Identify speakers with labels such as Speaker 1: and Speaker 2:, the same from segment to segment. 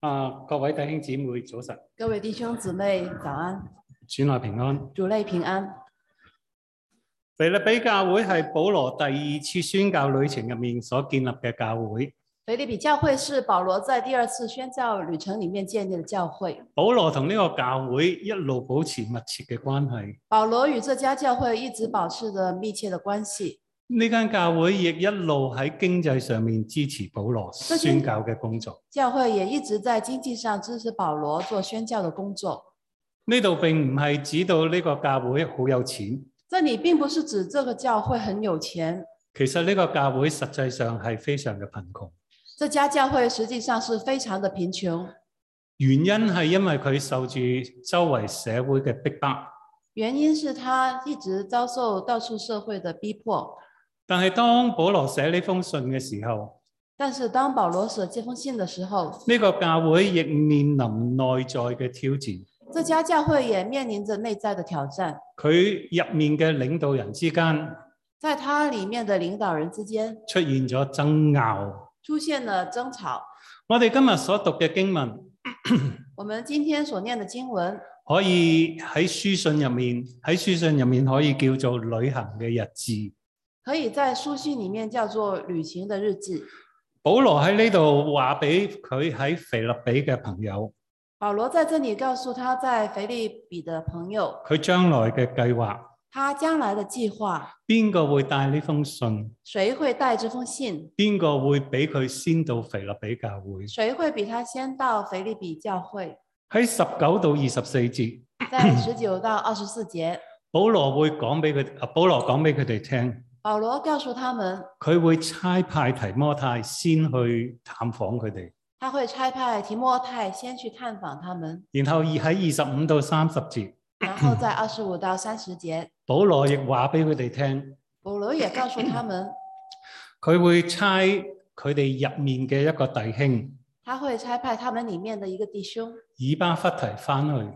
Speaker 1: 啊，各位弟兄姊妹早晨，
Speaker 2: 各位弟兄姊妹早安，
Speaker 1: 主內平安。
Speaker 2: 主内平安。
Speaker 1: 腓立比教會係保羅第二次宣教旅程入面所建立嘅教會。
Speaker 2: 腓立比教会是保罗在第二次宣教旅程里面建立的教会。
Speaker 1: 保羅同呢個教會一路保持密切嘅關係。
Speaker 2: 保罗与这家教会一直保持着密切的关系，
Speaker 1: 呢間教會亦一路喺經濟上面支持保羅
Speaker 2: 真
Speaker 1: 宣教嘅工作。
Speaker 2: 教会也一直在经济上支持保罗做宣教的工作。
Speaker 1: 呢度並唔係指到呢個教會好有錢，
Speaker 2: 这里并不是指这个教会很有钱，
Speaker 1: 其實呢個教會實際上係非常嘅貧窮。
Speaker 2: 这家教会实际上是非常的贫穷，
Speaker 1: 原因係因為佢受住周圍社會嘅逼迫。
Speaker 2: 原因是他一直遭受到处社会的逼迫。
Speaker 1: 但係當保羅寫呢封信嘅時候，
Speaker 2: 但是当保罗写这封信的时候，
Speaker 1: 呢、個教會亦面臨內在嘅挑戰。
Speaker 2: 这家教会也面临着内在的挑战。
Speaker 1: 佢入面嘅領導人之間
Speaker 2: 在它里面的领导人之间
Speaker 1: 出現咗爭拗。
Speaker 2: 出现了争吵。
Speaker 1: 我哋今日所讀嘅經文，
Speaker 2: 我们今天所念的经文，
Speaker 1: 可以喺書信入面，喺書信入面可以叫做旅行嘅日誌。
Speaker 2: 可以在书信里面叫做《旅行的日记》。
Speaker 1: 保羅喺呢度話俾佢喺腓立比嘅朋友，
Speaker 2: 保罗在这里告诉他在腓利比的朋友，
Speaker 1: 佢將來嘅計劃，
Speaker 2: 他将来的计划，
Speaker 1: 邊個會帶呢封信？
Speaker 2: 谁会带这封信，
Speaker 1: 邊個會俾佢先到腓立比教會？
Speaker 2: 谁会比他先到腓利比教会。
Speaker 1: 喺十九到二十四節，
Speaker 2: 在十九到二十四节，
Speaker 1: 保羅會講俾佢，啊保羅講俾佢哋聽，
Speaker 2: 保罗告诉他们，
Speaker 1: 佢會差派提摩太先去探訪佢哋，
Speaker 2: 他会差派提莫泰先去探访他们，
Speaker 1: 然後二喺二十五到三十節，
Speaker 2: 然后在二十五到三十节，
Speaker 1: 保羅亦話俾佢哋聽，
Speaker 2: 保罗也告诉他们，
Speaker 1: 佢會差佢哋入面嘅一個弟兄
Speaker 2: 他会差派他们里面的一个弟兄
Speaker 1: 以巴弗提翻去，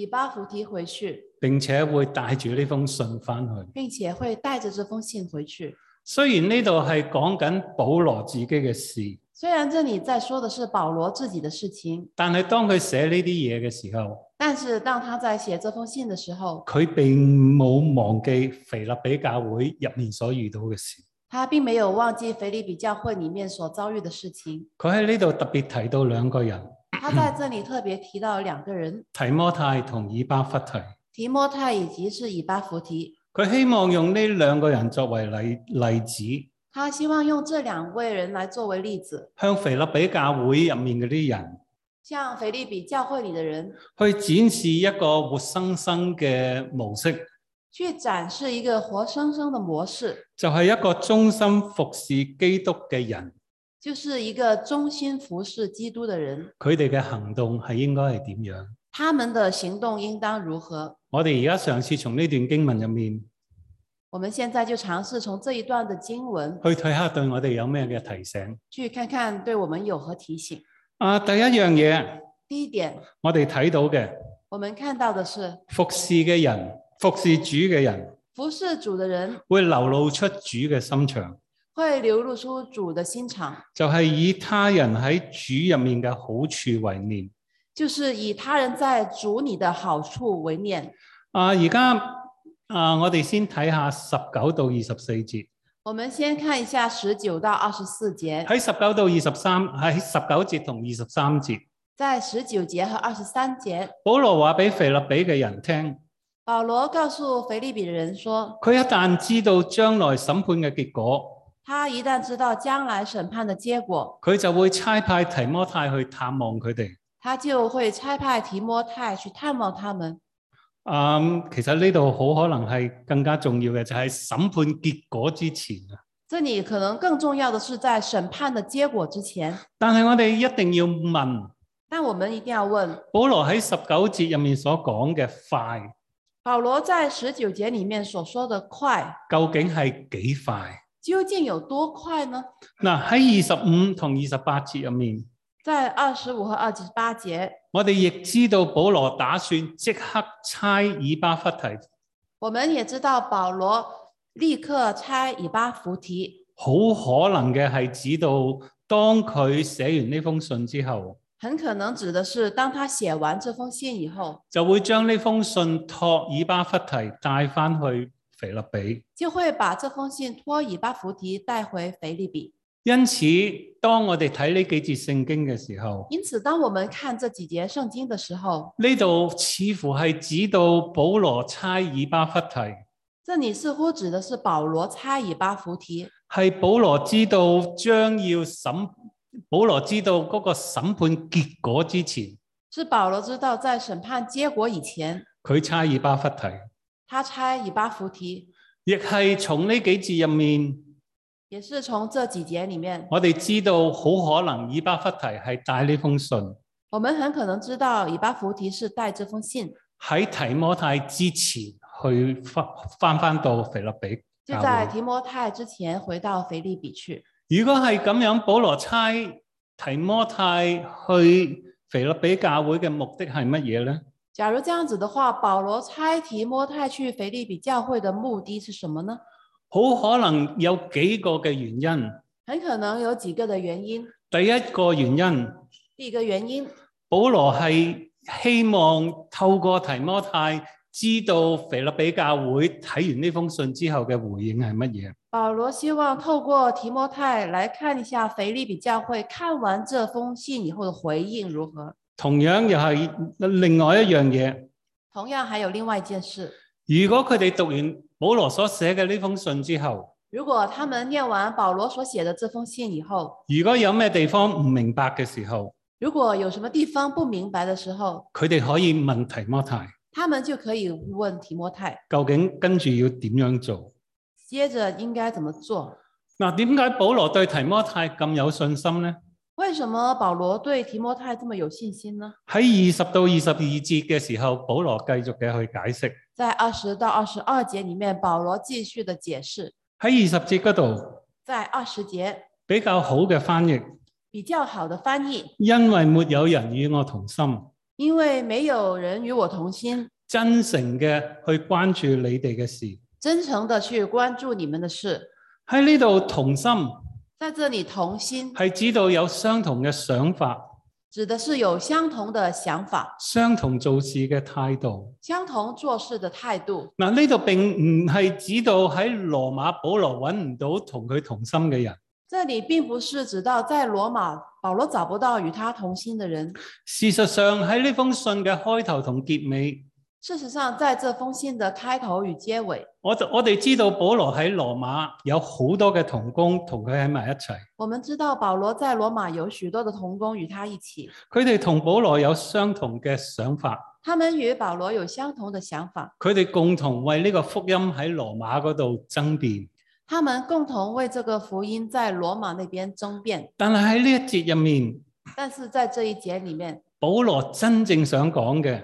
Speaker 2: 以巴弗提回去，
Speaker 1: 並且會帶住呢封信翻去。
Speaker 2: 并且会带着这封信回去。
Speaker 1: 雖然呢度係講緊保羅自己嘅事，
Speaker 2: 虽然这里在说的是保罗自己的事情，
Speaker 1: 但係當佢寫呢啲嘢嘅時候，
Speaker 2: 但是当他在写这封信的时候，
Speaker 1: 佢並冇忘記腓立比教會入面所遇到嘅事。
Speaker 2: 他并没有忘记腓利比教会里面所遭遇的事情。
Speaker 1: 佢喺呢度特別提到兩個人，
Speaker 2: 他在这里特别提到两个人，
Speaker 1: 提摩太同以巴弗提。
Speaker 2: 提摩太以及是以巴弗提。
Speaker 1: 佢希望用呢兩個人作為例例子，
Speaker 2: 他希望用这两位人来作为例子，
Speaker 1: 向腓立比教會入面嗰啲人
Speaker 2: 向腓利比教会里的人
Speaker 1: 去展示一個活生生嘅模式，
Speaker 2: 去展示一个活生生的模式，
Speaker 1: 就係、一個忠心服侍基督嘅人，
Speaker 2: 就是一个忠心服侍基督的人。
Speaker 1: 佢哋嘅行動係應該係點樣？
Speaker 2: 他们的行动应当如何？
Speaker 1: 我哋而家嘗試從呢段經文入面
Speaker 2: 我们现在就尝试从这一段的经文
Speaker 1: 去睇下對我哋有咩嘅提醒。
Speaker 2: 去看看对我们有何提醒。
Speaker 1: 啊，第一樣嘢。
Speaker 2: 第一点，
Speaker 1: 我哋睇到嘅
Speaker 2: 我们看到的是
Speaker 1: 服侍嘅人、服侍主嘅人，
Speaker 2: 服侍主的人
Speaker 1: 會流露出主嘅心腸，
Speaker 2: 会流露出主的心肠，
Speaker 1: 就係以他人喺主入面嘅好處為念。
Speaker 2: 就是以他人在主里的好处为念。
Speaker 1: 啊，而家啊，我哋先睇下十九到二十四節。
Speaker 2: 我们先看一下十九到二十四节，
Speaker 1: 喺十九到二十三，喺十九節同二十三節，
Speaker 2: 在十九节和二十三节，
Speaker 1: 保羅話俾腓立比嘅人聽：
Speaker 2: 保罗告诉腓利比的人说，
Speaker 1: 佢一旦知道將來審判嘅結果，
Speaker 2: 他一旦知道将来审判的结果，
Speaker 1: 佢就會差派提摩太去探望佢哋。
Speaker 2: 他就会差派提摩太去探望他们。
Speaker 1: 啊、其實呢度好可能係更加重要嘅，就係審判結果之前啊。
Speaker 2: 这里可能更重要的是，在审判的结果之前，
Speaker 1: 但係我哋一定要問
Speaker 2: 但我们一定要问：
Speaker 1: 保羅喺十九節入面所講嘅快，
Speaker 2: 保罗在十九节里面所说的“快
Speaker 1: 究竟係幾快？”
Speaker 2: 究竟有多快呢？
Speaker 1: 嗱，喺二十五同二十八節入面，
Speaker 2: 在二十五和二十八节，
Speaker 1: 我哋亦知道保羅打算即刻差以巴弗提，
Speaker 2: 我们也知道保罗立刻拆以巴弗提，
Speaker 1: 好可能嘅係指到當佢寫完呢封信之後，
Speaker 2: 很可能指的是当他写完这封信以后，
Speaker 1: 就會將呢封信托以巴弗提帶翻去腓立比。
Speaker 2: 就会把这封信托以巴弗提带回腓利比。
Speaker 1: 因此，當我哋睇呢幾節聖經嘅時候，
Speaker 2: 因此，当我们看这几节圣经的时候，
Speaker 1: 呢度似乎係指到保羅差以巴弗提，
Speaker 2: 这里似乎指的是保罗差以巴弗提，
Speaker 1: 係保羅知道將要審，保羅知道嗰個審判結果之前，
Speaker 2: 是保罗知道在审判结果以前，
Speaker 1: 佢差以巴弗提，
Speaker 2: 他差以巴弗提，
Speaker 1: 亦係從呢幾節入面，
Speaker 2: 也是从这几节里面，
Speaker 1: 我哋知道好可能以巴弗提係帶呢封信
Speaker 2: 我们很可能知道以巴弗提是带这封信，
Speaker 1: 喺提摩太之前去翻翻翻到腓立比。
Speaker 2: 就在提摩太之前回到腓利比去。
Speaker 1: 如果係咁樣，保羅差提摩太去腓立比教會嘅目的係乜嘢呢？
Speaker 2: 假如这样子的话，保罗差提摩太去腓利比教会的目的是什么呢？
Speaker 1: 好可能有幾個嘅原因。
Speaker 2: 很可能有几个的原因。
Speaker 1: 第一個原因，
Speaker 2: 第一个原因，
Speaker 1: 保羅係希望透過提摩太知道腓立比教會睇完呢封信之後嘅回應係乜嘢。
Speaker 2: 保罗希望透过提摩太来看一下腓利比教会看完这封信以后的回应如何。
Speaker 1: 同樣又係另外一樣嘢。
Speaker 2: 同样，还有另外一件事，
Speaker 1: 如果佢哋讀完保羅所寫嘅呢封信之後，
Speaker 2: 如果他们念完保罗所写的这封信以后，
Speaker 1: 如果有咩地方唔明白嘅時候，
Speaker 2: 如果有什么地方不明白的时候，
Speaker 1: 佢哋可以問提摩太，
Speaker 2: 他们就可以问提摩太，
Speaker 1: 究竟跟住要點樣做？
Speaker 2: 接着应该怎么做。
Speaker 1: 嗱，點解保羅對提摩太咁有信心呢？
Speaker 2: 为什么保罗对提摩太这么有信心呢？
Speaker 1: 喺二十到二十二節嘅時候，保羅繼續嘅去解釋。
Speaker 2: 在二十到二十二节里面，保罗继续的解释。
Speaker 1: 喺二十節嗰度
Speaker 2: 在二十节
Speaker 1: 比較好嘅翻譯，
Speaker 2: 比较好的翻译，
Speaker 1: 因為沒有人與我同心，
Speaker 2: 因为没有人与我同心，
Speaker 1: 真誠嘅去關注你哋嘅事。
Speaker 2: 真诚的去关注你们的事。
Speaker 1: 喺呢度同心
Speaker 2: 在这里，同心
Speaker 1: 係指到有相同嘅想法、
Speaker 2: 指的是有相同的想法、
Speaker 1: 相同做事嘅態度。
Speaker 2: 相同做事的态度。
Speaker 1: 嗱，呢度並唔係指到喺羅馬保羅揾唔到同佢同心嘅人。
Speaker 2: 这里并不是指到在罗马保罗找不到与他同心的人。
Speaker 1: 事實上喺呢封信嘅開頭同結尾，
Speaker 2: 事实上，在这封信的开头与结尾，
Speaker 1: 我就我哋知道保羅喺羅馬有好多嘅同工同佢喺埋一齊，
Speaker 2: 我们知道保罗在罗马有许多的同工与他一起，
Speaker 1: 佢哋同保羅有相同嘅想法，
Speaker 2: 他们与保罗有相同的想法，
Speaker 1: 佢哋共同為呢個福音喺羅馬嗰度爭辯。
Speaker 2: 他们共同为这个福音在罗马那边争辩。
Speaker 1: 但係喺呢一節入面，
Speaker 2: 但是在这一节里面，
Speaker 1: 保羅真正想講嘅，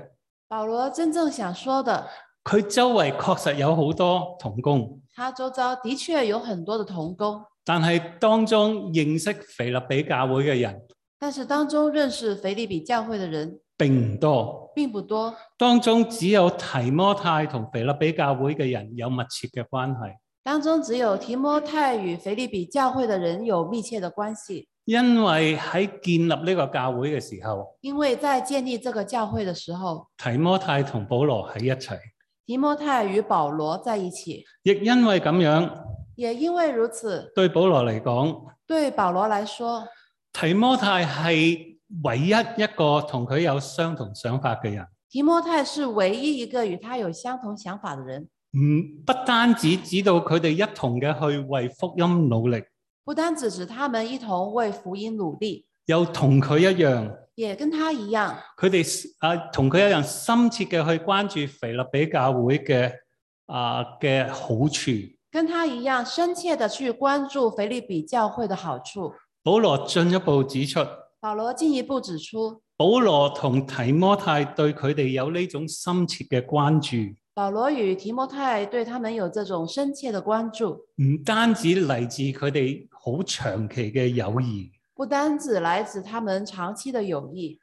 Speaker 2: 保罗真正想说的，
Speaker 1: 佢周圍確實有好多同工，
Speaker 2: 他周遭的确有很多的同工，
Speaker 1: 但係當中認識腓立比教會嘅人
Speaker 2: 但是当中认识腓利比教会的人
Speaker 1: 並唔多，
Speaker 2: 并不多，
Speaker 1: 當中只有提摩太同腓立比教會嘅人有密切嘅關係。
Speaker 2: 当中只有提摩太与腓利比教会的人有密切的关系，
Speaker 1: 因為喺建立呢個教會嘅時候，
Speaker 2: 因为在建立这个教会的时候，
Speaker 1: 提摩太同保羅喺一齊，
Speaker 2: 提摩太与保罗在一起，
Speaker 1: 亦因為咁樣，
Speaker 2: 也因为如此，
Speaker 1: 對保羅嚟講，
Speaker 2: 对保罗来说，
Speaker 1: 提摩太係唯一一個同佢有相同想法嘅人，
Speaker 2: 提摩太是唯一一个与他有相同想法的人，
Speaker 1: 唔不單止指到佢哋一同嘅去為福音努力，
Speaker 2: 不单只是他们一同为福音努力，
Speaker 1: 又同佢一樣，
Speaker 2: 也跟他一样，
Speaker 1: 佢哋啊同佢一樣深切嘅去關注腓立比教會嘅啊嘅好處。
Speaker 2: 跟他一样深切的去关注腓利比教会的好处。
Speaker 1: 保羅進一步指出。
Speaker 2: 保罗进一步指出，
Speaker 1: 保罗同提摩太对佢哋有呢种深切嘅关注，
Speaker 2: 保罗与提摩太对他们有这种深切的关注，
Speaker 1: 唔单止嚟自佢哋好长期嘅友谊，
Speaker 2: 不单只来自他们长期的友谊。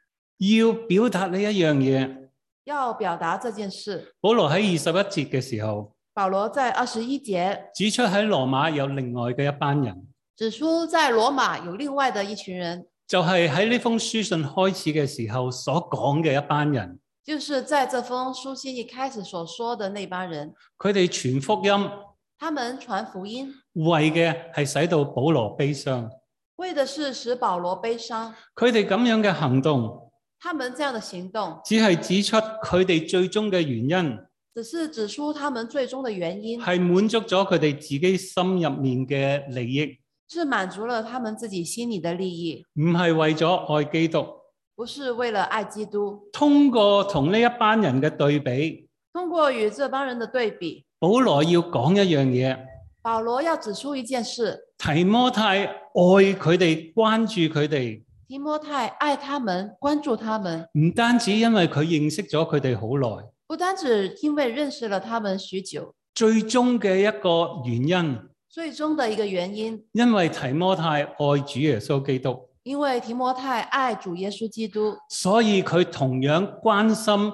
Speaker 1: 要表达呢一样嘢。
Speaker 2: 要表达这件事，
Speaker 1: 保罗喺二十一节嘅时候
Speaker 2: 保罗在二十一节
Speaker 1: 指出喺罗马有另外嘅一班人，
Speaker 2: 指出，在罗马有另外的一群人，
Speaker 1: 就係喺呢封書信開始嘅時候所講嘅一班人，
Speaker 2: 就是在这封书信一开始所说的那帮人，
Speaker 1: 佢哋傳福音
Speaker 2: 他们传福音，
Speaker 1: 為嘅係使到保羅悲傷。
Speaker 2: 为的是使保罗悲伤。
Speaker 1: 佢哋咁樣嘅行動，
Speaker 2: 他们这样的行动，
Speaker 1: 只係指出佢哋最終嘅原因
Speaker 2: 只是指出他们最终的原因，
Speaker 1: 係滿足咗佢哋自己心入面嘅利益，
Speaker 2: 是满足了他們自己心里的利益，
Speaker 1: 唔係為咗愛基督。
Speaker 2: 不是为了爱基督。
Speaker 1: 通過同呢一班人嘅對比，
Speaker 2: 通过与这帮人的对比，
Speaker 1: 保羅要講一樣嘢。
Speaker 2: 保罗要指出一件事：
Speaker 1: 提摩太愛佢哋，關注佢哋，
Speaker 2: 提摩太爱他们，关注他们，
Speaker 1: 唔單止因為佢認識咗佢哋好耐，
Speaker 2: 不单只因为认识了他们许久，
Speaker 1: 最終嘅一個原因，
Speaker 2: 最终的一个原因，
Speaker 1: 因為提摩太愛主耶穌基督，
Speaker 2: 因为提摩太爱主耶稣基督，
Speaker 1: 所以佢同樣關心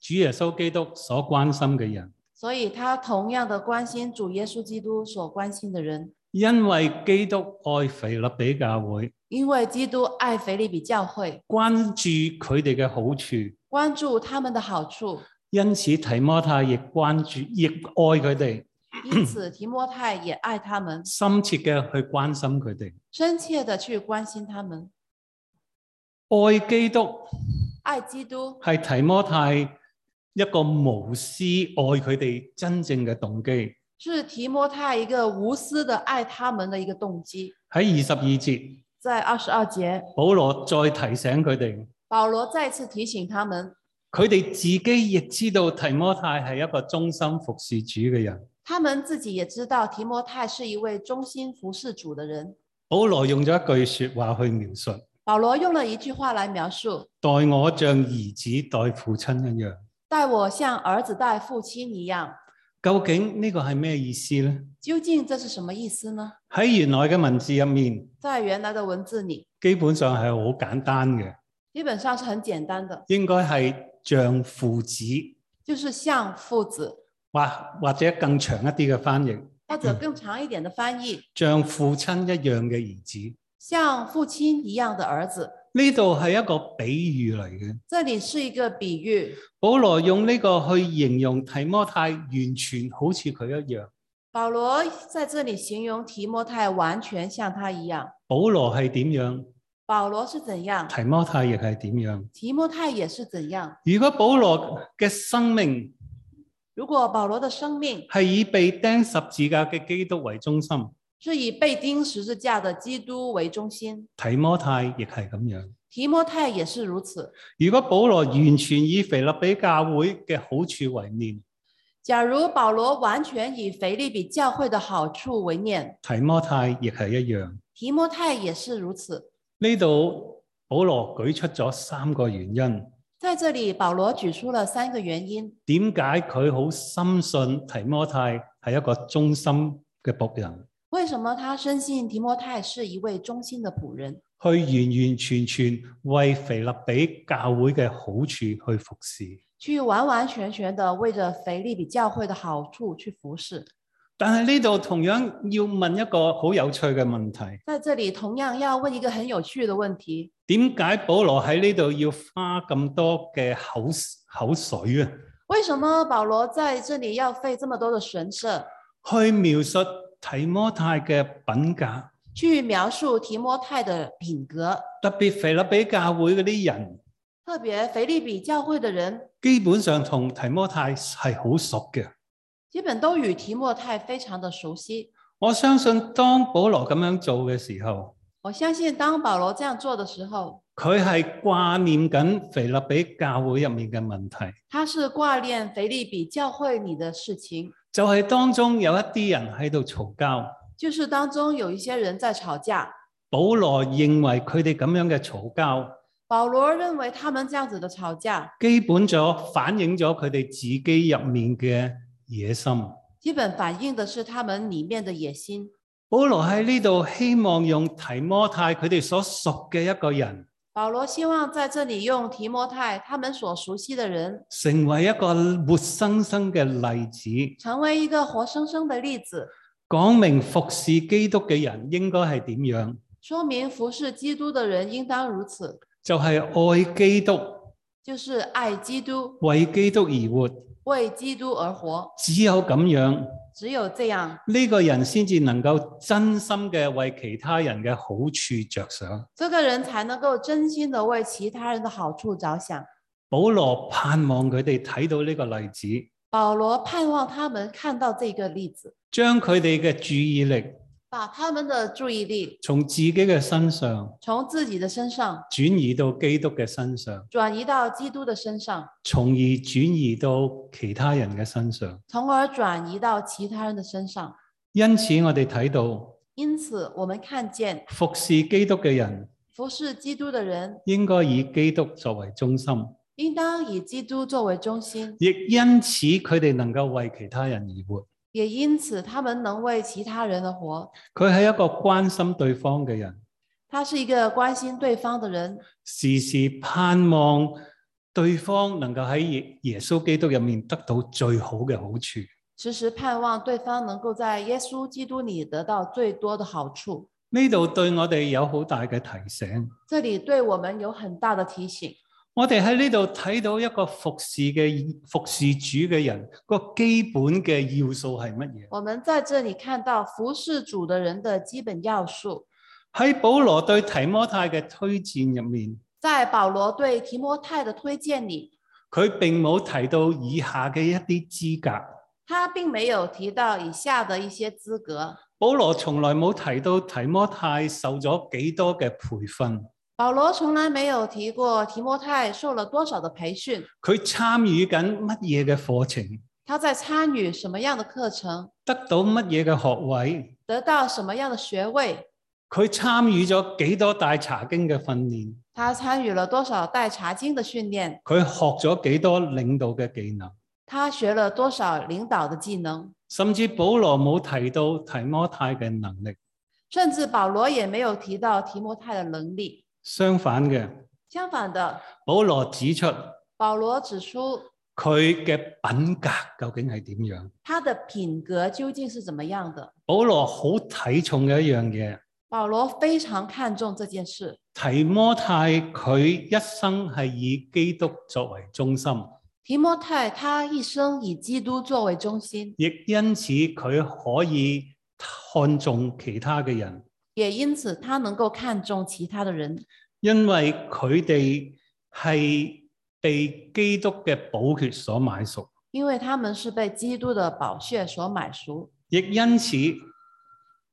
Speaker 1: 主耶穌基督所關心嘅人，
Speaker 2: 所以他同样的关心主耶稣基督所关心的人。
Speaker 1: 因為基督愛腓立比教會，
Speaker 2: 因为基督爱腓利比教会，
Speaker 1: 關注佢哋嘅好處，
Speaker 2: 关注他们的好处，
Speaker 1: 因此提摩太亦關注，亦愛佢哋，
Speaker 2: 因此提摩太也爱他们。
Speaker 1: 深切嘅去關心佢哋，
Speaker 2: 深切的去关心他们。
Speaker 1: 愛基督。
Speaker 2: 爱基督
Speaker 1: 係提摩太一個無私愛佢哋真正嘅動機。
Speaker 2: 是提摩太一个无私的爱他们的一个动机。
Speaker 1: 喺二十二節，
Speaker 2: 在二十二节，
Speaker 1: 保羅再提醒佢哋，
Speaker 2: 保罗再次提醒他们，
Speaker 1: 佢哋自己亦知道提摩太係一個忠心服侍主嘅人。
Speaker 2: 他们自己也知道提摩太是一位忠心服侍主的人。
Speaker 1: 保羅用咗一句說話去描述：
Speaker 2: 保罗用了一句话来描述：
Speaker 1: 待我像兒子待父親一樣。
Speaker 2: 待我像儿子待父亲一样。
Speaker 1: 究竟呢個係咩意思呢？
Speaker 2: 究竟这是什么意思呢？
Speaker 1: 喺原來嘅文字入面，
Speaker 2: 在原来的文字里，
Speaker 1: 基本上係好簡單嘅，
Speaker 2: 基本上是很简单的，
Speaker 1: 應該係像父子，
Speaker 2: 就是像父子，
Speaker 1: 或或者更長一啲嘅翻譯。
Speaker 2: 或者更长一点的翻译，
Speaker 1: 像父親一樣嘅兒子。
Speaker 2: 像父亲一样的儿子。
Speaker 1: 呢度係一個比喻嚟嘅，
Speaker 2: 这里是一个比喻，
Speaker 1: 保羅用呢個去形容提摩太，完全好似佢一樣。
Speaker 2: 保罗在这里形容提摩太完全像他一样。
Speaker 1: 保羅係點樣，
Speaker 2: 保罗是怎样，
Speaker 1: 提摩太亦係點樣。
Speaker 2: 提摩太也是怎样。
Speaker 1: 如果保羅嘅生命
Speaker 2: 如果保罗的生命
Speaker 1: 係以被釘十字架嘅基督為中心，
Speaker 2: 是以被钉十字架的基督为中心，
Speaker 1: 提摩太亦係咁樣。
Speaker 2: 提摩太也是如此。
Speaker 1: 如果保羅完全以腓立比教會嘅好處為念，
Speaker 2: 假如保罗完全以腓利比教会的好处为念，
Speaker 1: 提摩太亦係一樣。
Speaker 2: 提摩太也是如此。
Speaker 1: 呢度保羅舉出咗三個原因。
Speaker 2: 在这里，保罗举出了三个原因：
Speaker 1: 點解佢好深信提摩太係一個忠心嘅仆人，
Speaker 2: 为什么他深信提摩太是一位忠心的仆人，
Speaker 1: 去完完全全為腓立比教會嘅好處去服侍。
Speaker 2: 去完完全全的为着腓利比教会的好处去服侍。
Speaker 1: 但係呢度同樣要問一個好有趣嘅問題：
Speaker 2: 在这里同样要问一个很有趣的问题：
Speaker 1: 點解保羅喺呢度要花咁多嘅口口水啊，
Speaker 2: 为什么保罗在这里要费这么多的神社
Speaker 1: 去描述提摩太嘅品格？
Speaker 2: 去描述提摩太的品格？
Speaker 1: 特別腓立比教會嗰啲人，
Speaker 2: 特别腓利比教会的人
Speaker 1: 基本上同提摩太係好熟嘅。
Speaker 2: 基本都与提摩太非常的熟悉。
Speaker 1: 我相信當保羅咁樣做嘅時候，
Speaker 2: 我相信当保罗这样做的时候，
Speaker 1: 佢係掛念緊腓立比教會入面嘅問題，
Speaker 2: 他是挂念腓利比教会里的事情，
Speaker 1: 就係當中有一啲人喺度嘈交。
Speaker 2: 就是当中有一些人在吵架，
Speaker 1: 保羅認為佢哋咁樣嘅嘈交，
Speaker 2: 保罗认为他们这样子的吵架
Speaker 1: 基本咗反映咗佢哋自己入面嘅野心。
Speaker 2: 基本反映的是他们里面的野心。
Speaker 1: 保羅喺呢度希望用提摩太佢哋所熟嘅一個人，
Speaker 2: 保罗希望在这里用提摩太他们所熟悉的人，
Speaker 1: 成為一個活生生嘅例子，
Speaker 2: 成为一个活生生的例子，
Speaker 1: 講明服侍基督嘅人應該係點樣。
Speaker 2: 说明服侍基督的人应当如此，
Speaker 1: 就係愛基督，
Speaker 2: 就是爱基督，
Speaker 1: 為基督而活。
Speaker 2: 为基督而活。
Speaker 1: 只有咁樣，呢、
Speaker 2: 只有这样，
Speaker 1: 個人先至能夠真心嘅為其他人嘅好處着想。
Speaker 2: 这个人才能够真心的为其他人的好处着想。
Speaker 1: 保羅盼望佢哋睇到呢個例子，
Speaker 2: 保罗盼望他们看到这个例子，
Speaker 1: 將佢哋嘅注意力
Speaker 2: 把他们的注意力
Speaker 1: 從自己嘅身上
Speaker 2: 从自己的身上
Speaker 1: 轉移到基督嘅身上，
Speaker 2: 转移到基督的身上，
Speaker 1: 從而轉移到其他人嘅身上。
Speaker 2: 从而转移到其他人的身上。
Speaker 1: 因此，我哋睇到
Speaker 2: 因此，我们看见
Speaker 1: 服侍基督嘅人
Speaker 2: 服侍基督的人
Speaker 1: 應該以基督作為中心，
Speaker 2: 应当以基督作为中心，
Speaker 1: 亦因此佢哋能夠為其他人而活。
Speaker 2: 也因此他们能为其他人而活。
Speaker 1: 佢係一個關心對方嘅人，
Speaker 2: 他是一个关心对方的人，
Speaker 1: 時時盼望對方能夠喺耶耶穌基督入面得到最好嘅好處。
Speaker 2: 时时盼望对方能够在耶稣基督里得到最多的好处。
Speaker 1: 呢度對我哋有好大嘅提醒。
Speaker 2: 这里对我们有很大的提醒。
Speaker 1: 我哋喺呢度睇到一個服侍嘅服侍主嘅人個基本嘅要素係乜嘢？
Speaker 2: 我们在这里看到服侍主的人的基本要素，
Speaker 1: 喺保羅對提摩太嘅推薦入面，
Speaker 2: 在保罗对提摩太的推荐里，
Speaker 1: 佢並冇提到以下嘅一啲資格。
Speaker 2: 他并没有提到以下的一些资格。
Speaker 1: 保羅從來冇提到提摩太受咗幾多嘅培訓，
Speaker 2: 保罗从来没有提过提摩太受了多少的培训，
Speaker 1: 佢參與緊乜嘢嘅課程，
Speaker 2: 他在参与什么样的课程，
Speaker 1: 得到乜嘢嘅學位，
Speaker 2: 得到什么样的学位，
Speaker 1: 佢參與咗幾多大查經嘅訓練，
Speaker 2: 他参与了多少带查经的训练，
Speaker 1: 佢學咗幾多領導嘅技能，
Speaker 2: 他学了多少领导的技能，
Speaker 1: 甚至保羅冇提到提摩太嘅能力。
Speaker 2: 甚至保罗也没有提到提摩太的能力。
Speaker 1: 相反嘅，
Speaker 2: 相反的，
Speaker 1: 保羅指出
Speaker 2: 保罗指出
Speaker 1: 佢嘅品格究竟係點樣。
Speaker 2: 他的品格究竟是怎么样的。
Speaker 1: 保羅好睇重嘅一樣嘢，
Speaker 2: 保罗非常看重这件事。
Speaker 1: 提摩太佢一生係以基督作為中心，
Speaker 2: 提摩太他一生以基督作为中心，
Speaker 1: 亦因此佢可以看重其他嘅人，
Speaker 2: 也因此他能够看重其他的人，
Speaker 1: 因為佢哋係被基督嘅寶血所買贖，
Speaker 2: 因为他们是被基督的宝血所买赎，
Speaker 1: 亦因此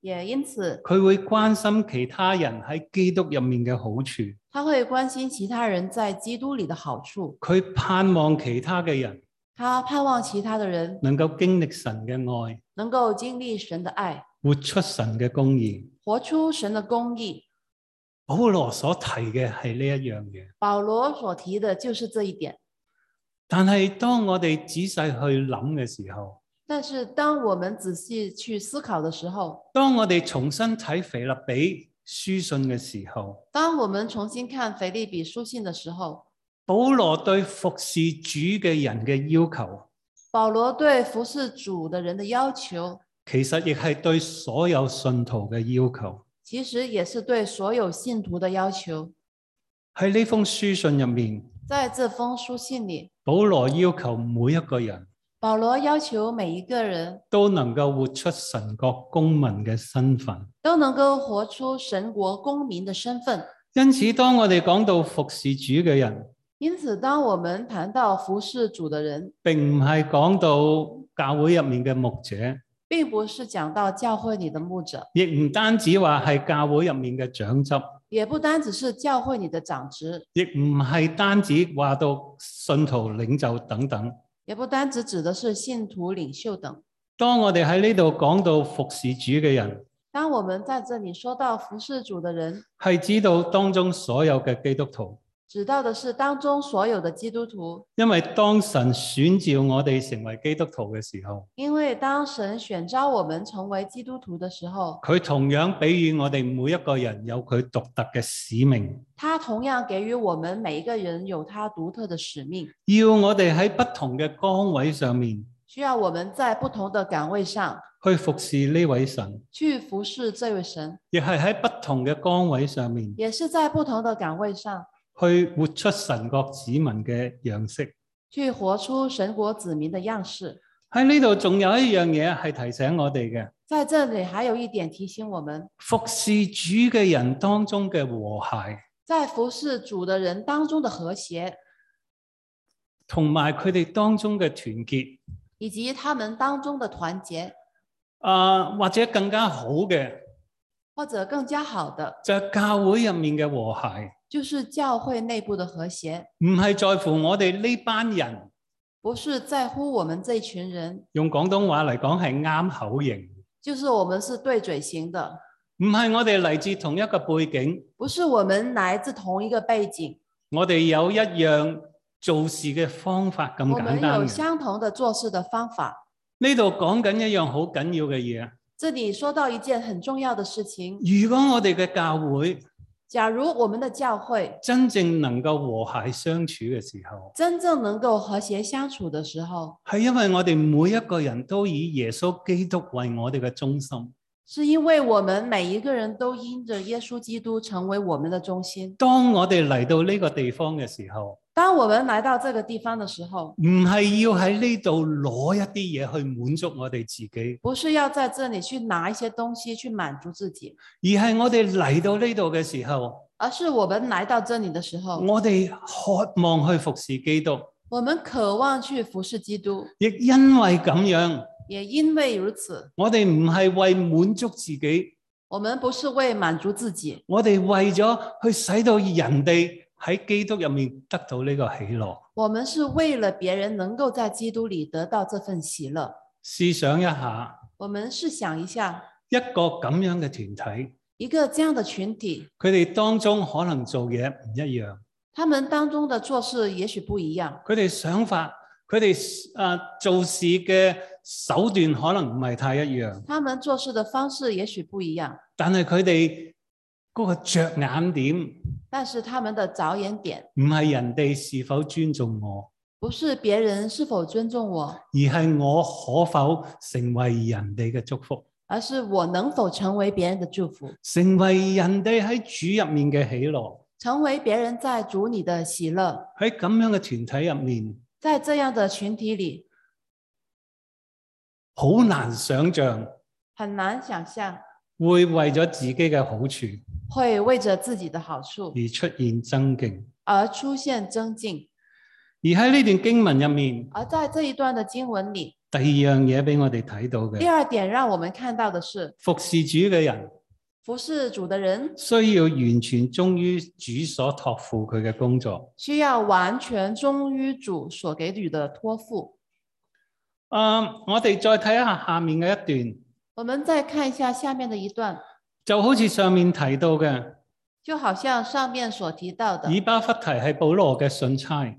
Speaker 2: 也因此
Speaker 1: 佢會關心其他人喺基督入面嘅好處，
Speaker 2: 他会关心其他人在基督里的好处。
Speaker 1: 佢盼望其他嘅人
Speaker 2: 他盼望其他的人
Speaker 1: 能夠經歷神嘅愛，
Speaker 2: 能够经历神的爱，
Speaker 1: 活出神嘅公義。
Speaker 2: 活出神的公义。
Speaker 1: 保羅所提嘅係呢一樣嘢。
Speaker 2: 保罗所提的就是这一点。
Speaker 1: 但係當我哋仔細去諗嘅時候，
Speaker 2: 但是当我们仔细去思考的时候，
Speaker 1: 當我哋重新睇腓立比書信嘅時候，
Speaker 2: 当我们重新看腓利比书信的时候，
Speaker 1: 保羅對服侍主嘅人嘅要求，
Speaker 2: 保罗对服侍主的人的要求，
Speaker 1: 其實亦係對所有信徒嘅要求。
Speaker 2: 其实也是对所有信徒的要求。
Speaker 1: 喺呢封書信入面，
Speaker 2: 在这封书信里，
Speaker 1: 保羅要求每一個人
Speaker 2: 保罗要求每一个人
Speaker 1: 都能夠活出神國公民嘅身份。
Speaker 2: 都能够活出神国公民的身份。
Speaker 1: 因此，當我哋講到服侍主嘅人，
Speaker 2: 因此，当我们谈到服侍主的人，
Speaker 1: 並唔係講到教會入面嘅牧者。
Speaker 2: 并不是讲到教会里的牧者，
Speaker 1: 亦唔單止話係教會入面嘅長執，
Speaker 2: 也不单只是教会里的长职，
Speaker 1: 亦唔係單止話到信徒領袖等等。
Speaker 2: 也不单只指的是信徒领袖等。
Speaker 1: 當我哋喺呢度講到服侍主嘅人，
Speaker 2: 当我们在这里说到服侍主的人，
Speaker 1: 係指到當中所有嘅基督徒，
Speaker 2: 指到的是当中所有的基督徒，
Speaker 1: 因為當神選召我哋成為基督徒嘅時候，
Speaker 2: 因为当神选召我们成为基督徒的时候，
Speaker 1: 佢同樣俾予我哋每一個人有佢獨特嘅使命，
Speaker 2: 他同样给予我们每一个人有他独特的使命，
Speaker 1: 要我哋喺不同嘅崗位上面
Speaker 2: 需要我们在不同的岗位上
Speaker 1: 去服侍呢位神，
Speaker 2: 去服侍这位神，
Speaker 1: 亦係喺不同嘅崗位上面
Speaker 2: 也是在不同的岗位上
Speaker 1: 去活出神國子民嘅樣式。
Speaker 2: 去活出神国子民的样式。
Speaker 1: 喺呢度仲有一樣嘢係提醒我哋嘅，
Speaker 2: 在这里还有一点提醒我们，
Speaker 1: 服侍主嘅人當中嘅和諧，
Speaker 2: 在服侍主的人当中的和谐，
Speaker 1: 同埋佢哋當中嘅團結。
Speaker 2: 以及他们当中的团结，
Speaker 1: 啊、或者更加好嘅
Speaker 2: 或者更加好的，
Speaker 1: 就係教會入面嘅和諧，
Speaker 2: 就是教会内部的和谐，
Speaker 1: 唔係在乎我哋呢班人
Speaker 2: 不是在乎我们这群人，
Speaker 1: 用廣東話嚟講係啱口型，
Speaker 2: 就是我们是对嘴型的，
Speaker 1: 唔係我哋嚟自同一個背景，
Speaker 2: 不是我们来自同一个背景，
Speaker 1: 我哋有一樣做事嘅方法咁
Speaker 2: 我
Speaker 1: 簡
Speaker 2: 们
Speaker 1: 單
Speaker 2: 有
Speaker 1: 嘅。
Speaker 2: 相同的做事的方法。
Speaker 1: 呢度講緊一樣好緊要嘅嘢，
Speaker 2: 这里说到一件很重要的事情，
Speaker 1: 如果我哋嘅教會
Speaker 2: 假如我们的教会
Speaker 1: 真正能夠和諧相處嘅時候，
Speaker 2: 真正能够和谐相处的时候，
Speaker 1: 係因為我哋每一個人都以耶穌基督為我哋嘅中心。
Speaker 2: 是因为我们每一个人都因着耶稣基督成为我们的中心。
Speaker 1: 當我哋嚟到呢個地方嘅時候，
Speaker 2: 当我们来到这个地方的时候，
Speaker 1: 唔係要喺呢度攞一啲嘢去滿足我哋自己，
Speaker 2: 不是要在这里去拿一些东西去满足自己，
Speaker 1: 而係我哋嚟到呢度嘅時候，
Speaker 2: 而是我们来到这里的时候，
Speaker 1: 我哋渴望去服侍基督，
Speaker 2: 我们渴望去服侍基督。
Speaker 1: 亦因為咁樣，
Speaker 2: 也因为如此，
Speaker 1: 我哋唔係為滿足自己，
Speaker 2: 我们不是为满足自己，
Speaker 1: 我哋為咗去使到人哋喺基督入面得到呢個喜樂。
Speaker 2: 我们是为了别人能够在基督里得到这份喜乐。
Speaker 1: 試想一下，
Speaker 2: 我们试想一下，
Speaker 1: 一個咁樣嘅團體，
Speaker 2: 一个这样的群体，
Speaker 1: 佢哋當中可能做嘢唔一樣。
Speaker 2: 他们当中的做事也许不一样，
Speaker 1: 佢哋想法，佢哋啊做事嘅手段可能唔係太一樣，
Speaker 2: 他们做事的方式也许不一样，
Speaker 1: 但係佢哋嗰個着眼點唔
Speaker 2: 但是他们的着眼点
Speaker 1: 係人哋是否尊重我，
Speaker 2: 不是别人是否尊重我，
Speaker 1: 而係我可否成為人哋嘅祝福，
Speaker 2: 而是我能否成为别人的祝福，
Speaker 1: 成為人哋喺主入面嘅喜樂。
Speaker 2: 成为别人在主里的喜乐。
Speaker 1: 喺咁樣嘅團體入面，
Speaker 2: 在这样的群体里，
Speaker 1: 好難想像
Speaker 2: 很難想象
Speaker 1: 會為咗自己嘅好處
Speaker 2: 会为着自己的好处
Speaker 1: 而出現爭競。
Speaker 2: 而出现增进。
Speaker 1: 而喺呢段經文入面，
Speaker 2: 而在這一段的经文里，
Speaker 1: 第二樣嘢俾我哋睇到嘅
Speaker 2: 第。二点让我们看到的是，
Speaker 1: 服侍主嘅人
Speaker 2: 服侍主的人
Speaker 1: 需要完全忠於主所托付佢嘅工作。
Speaker 2: 需要完全忠于主所给予的托付。
Speaker 1: 啊、我哋再睇一下下面嘅一段，
Speaker 2: 我们再看一下下面的一段，
Speaker 1: 就好似上面提到嘅，
Speaker 2: 就好像上面所提到的，
Speaker 1: 以巴弗提係保羅嘅信差，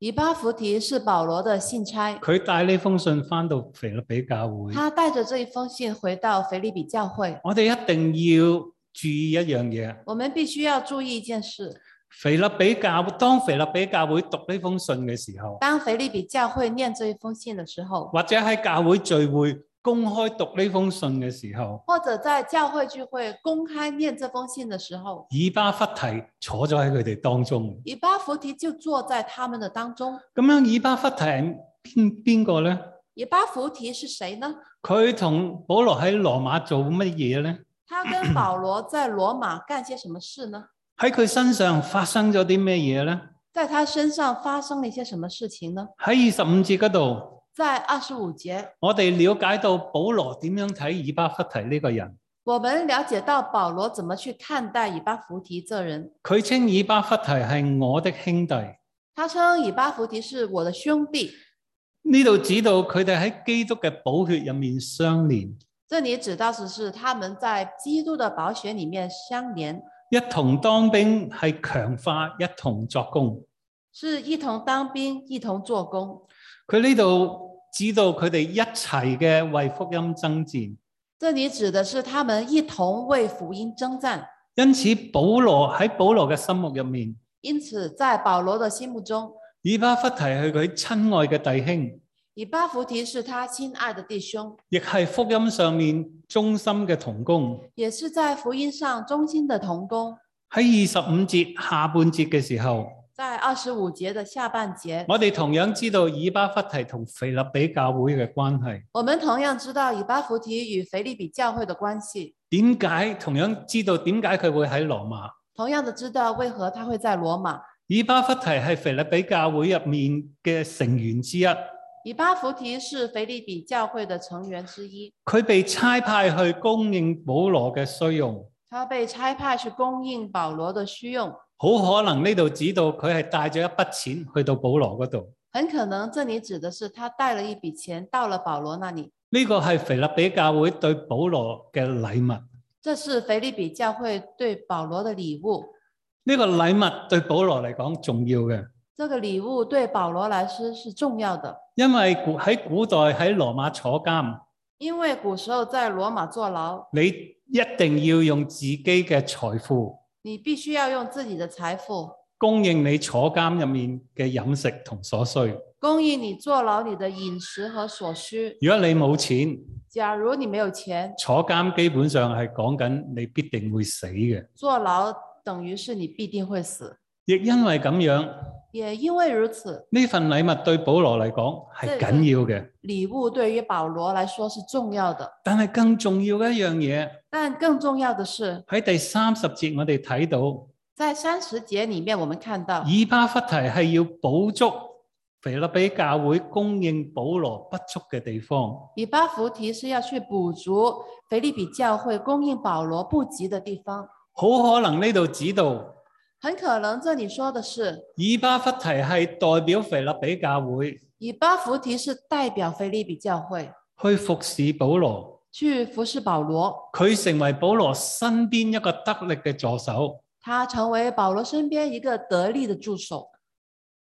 Speaker 2: 以巴弗提是保罗的信差，
Speaker 1: 佢帶呢封信翻到腓立比教會。
Speaker 2: 他带着这一封信回到腓立比教会。
Speaker 1: 我哋一定要注意一樣嘢，
Speaker 2: 我们必须要注意一件事：
Speaker 1: 腓立比教當腓立比教會讀呢封信嘅時候，
Speaker 2: 当腓立比教会念这一封信的时候，
Speaker 1: 或者喺教會聚會公開讀呢封信嘅時候，
Speaker 2: 或者在教会聚会公开念这封信的时候，
Speaker 1: 以巴弗提坐咗喺佢哋當中。
Speaker 2: 以巴弗提就坐在他们的当中。
Speaker 1: 咁樣以巴弗提係邊邊個咧？
Speaker 2: 以巴弗提是谁呢？
Speaker 1: 佢同保羅喺羅馬做乜嘢咧？
Speaker 2: 他跟保罗在罗马干些什么事呢？
Speaker 1: 喺佢身上發生咗啲咩嘢咧？
Speaker 2: 在他身上发生了一些什么事情呢？
Speaker 1: 喺二十五節嗰度，
Speaker 2: 在二十五节，
Speaker 1: 我哋了解到保羅點樣睇以巴弗提呢個人。
Speaker 2: 我们了解到保罗怎么去看待以巴弗提这人。
Speaker 1: 佢稱以巴弗提係我的兄弟，
Speaker 2: 他称以巴弗提是我的兄弟，
Speaker 1: 呢度指到佢哋喺基督嘅寶血入面相連，
Speaker 2: 这里指到只是他们在基督的宝血里面相连，
Speaker 1: 一同當兵係強化，一同作工。
Speaker 2: 是一同当兵，一同做工。
Speaker 1: 佢呢度指到佢哋一齊嘅為福音爭戰。
Speaker 2: 这里指的是他们一同为福音征战。
Speaker 1: 因此，保羅喺保羅嘅心目入面，
Speaker 2: 因此，在保罗的心目中，
Speaker 1: 以巴弗提係佢親愛嘅弟兄，
Speaker 2: 以巴弗提是他亲爱的弟兄，
Speaker 1: 亦係福音上面忠心嘅同工。
Speaker 2: 也是在福音上忠心的同工。
Speaker 1: 喺二十五節下半節嘅時候，
Speaker 2: 在二十五节的下半节，
Speaker 1: 我哋同樣知道以巴弗提同腓立比教會嘅關係。
Speaker 2: 我们同样知道以巴弗提与腓利比教会的关系，
Speaker 1: 點解同樣知道點解佢會喺羅馬？
Speaker 2: 同样的知道为何他会在罗马。
Speaker 1: 以巴弗提係腓立比教會入面嘅成員之一，
Speaker 2: 以巴弗提是腓利比教会的成员之一，
Speaker 1: 佢被差派去供應保羅嘅需用。
Speaker 2: 他被差派去供应保罗的需用。
Speaker 1: 好可能呢度指到佢係帶咗一筆錢去到保羅嗰度。
Speaker 2: 很可能这里指的是他带了一笔钱到了保罗那里，
Speaker 1: 呢、個係腓立比教會對保羅嘅禮物。呢、
Speaker 2: 这是腓利比教会对保罗的礼物。
Speaker 1: 個禮物對保羅嚟講重要嘅，
Speaker 2: 这个礼物对保罗来说是重要的，
Speaker 1: 因為古喺古代喺羅馬坐監，
Speaker 2: 因为古时候在罗马坐牢，
Speaker 1: 你一定要用自己嘅財富
Speaker 2: 你必须要用自己的财富
Speaker 1: 供應你坐監入面嘅飲食同所需。
Speaker 2: 供应你坐牢里的饮食和所需。
Speaker 1: 如果你冇錢，
Speaker 2: 假如你没有钱，
Speaker 1: 坐監基本上係講緊你必定會死嘅。
Speaker 2: 坐牢等于是你必定会死。
Speaker 1: 亦因為咁樣，
Speaker 2: 也因为如此，
Speaker 1: 呢份禮物對保羅嚟講係緊要嘅。
Speaker 2: 礼物对于保罗来说是重要的。
Speaker 1: 但係更重要嘅一樣嘢
Speaker 2: 但更重要的是，
Speaker 1: 喺第三十節，我哋睇到
Speaker 2: 在三十节里面，我们看到
Speaker 1: 以巴弗提係要補足腓立比教會供應保羅不足嘅地方。
Speaker 2: 以巴弗提是要去补足腓利比教会供应保罗不及的地方。
Speaker 1: 好可能呢度指導
Speaker 2: 很可能这里说的是
Speaker 1: 以巴弗提係代表腓立比教會
Speaker 2: 以巴弗提是代表腓利比教会
Speaker 1: 去服侍保羅，
Speaker 2: 去服侍保罗，
Speaker 1: 佢成為保羅身邊一個得力嘅助手。
Speaker 2: 他成为保罗身边一个得力的助手。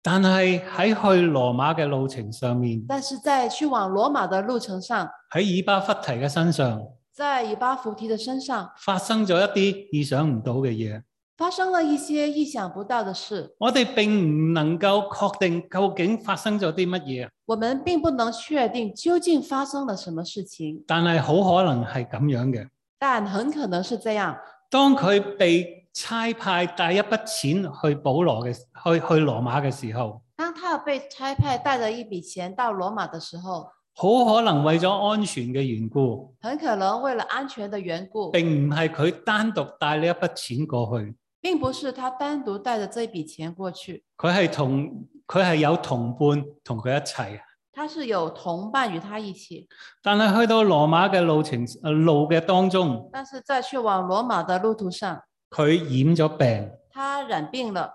Speaker 1: 但係喺去羅馬嘅路程上面，
Speaker 2: 但是在去往罗马的路程上，
Speaker 1: 喺以巴弗提嘅身上
Speaker 2: 在以巴弗提的身上
Speaker 1: 發生咗一啲意想唔到嘅嘢。
Speaker 2: 发生了一些意想不到的事，
Speaker 1: 我哋並唔能夠確定究竟發生咗啲乜嘢，
Speaker 2: 我们并不能确定究竟发生了什么事情，
Speaker 1: 但係好可能係咁樣嘅。
Speaker 2: 但很可能是这样。
Speaker 1: 當佢被差派帶一筆錢去保羅嘅去去羅馬嘅時候，
Speaker 2: 当他被差派带着一笔钱到罗马的时候，
Speaker 1: 好可能為咗安全嘅緣故，
Speaker 2: 很可能为了安全的缘故，
Speaker 1: 並唔係佢單獨帶呢一筆錢過去，
Speaker 2: 并不是他单独带着这笔钱过去，
Speaker 1: 佢係同佢係有同伴同佢一齊。
Speaker 2: 他是有同伴与他一起。
Speaker 1: 但係去到羅馬嘅路程呃路嘅當中，
Speaker 2: 但是在去往罗马的路途上，
Speaker 1: 佢染咗病。
Speaker 2: 他染病了。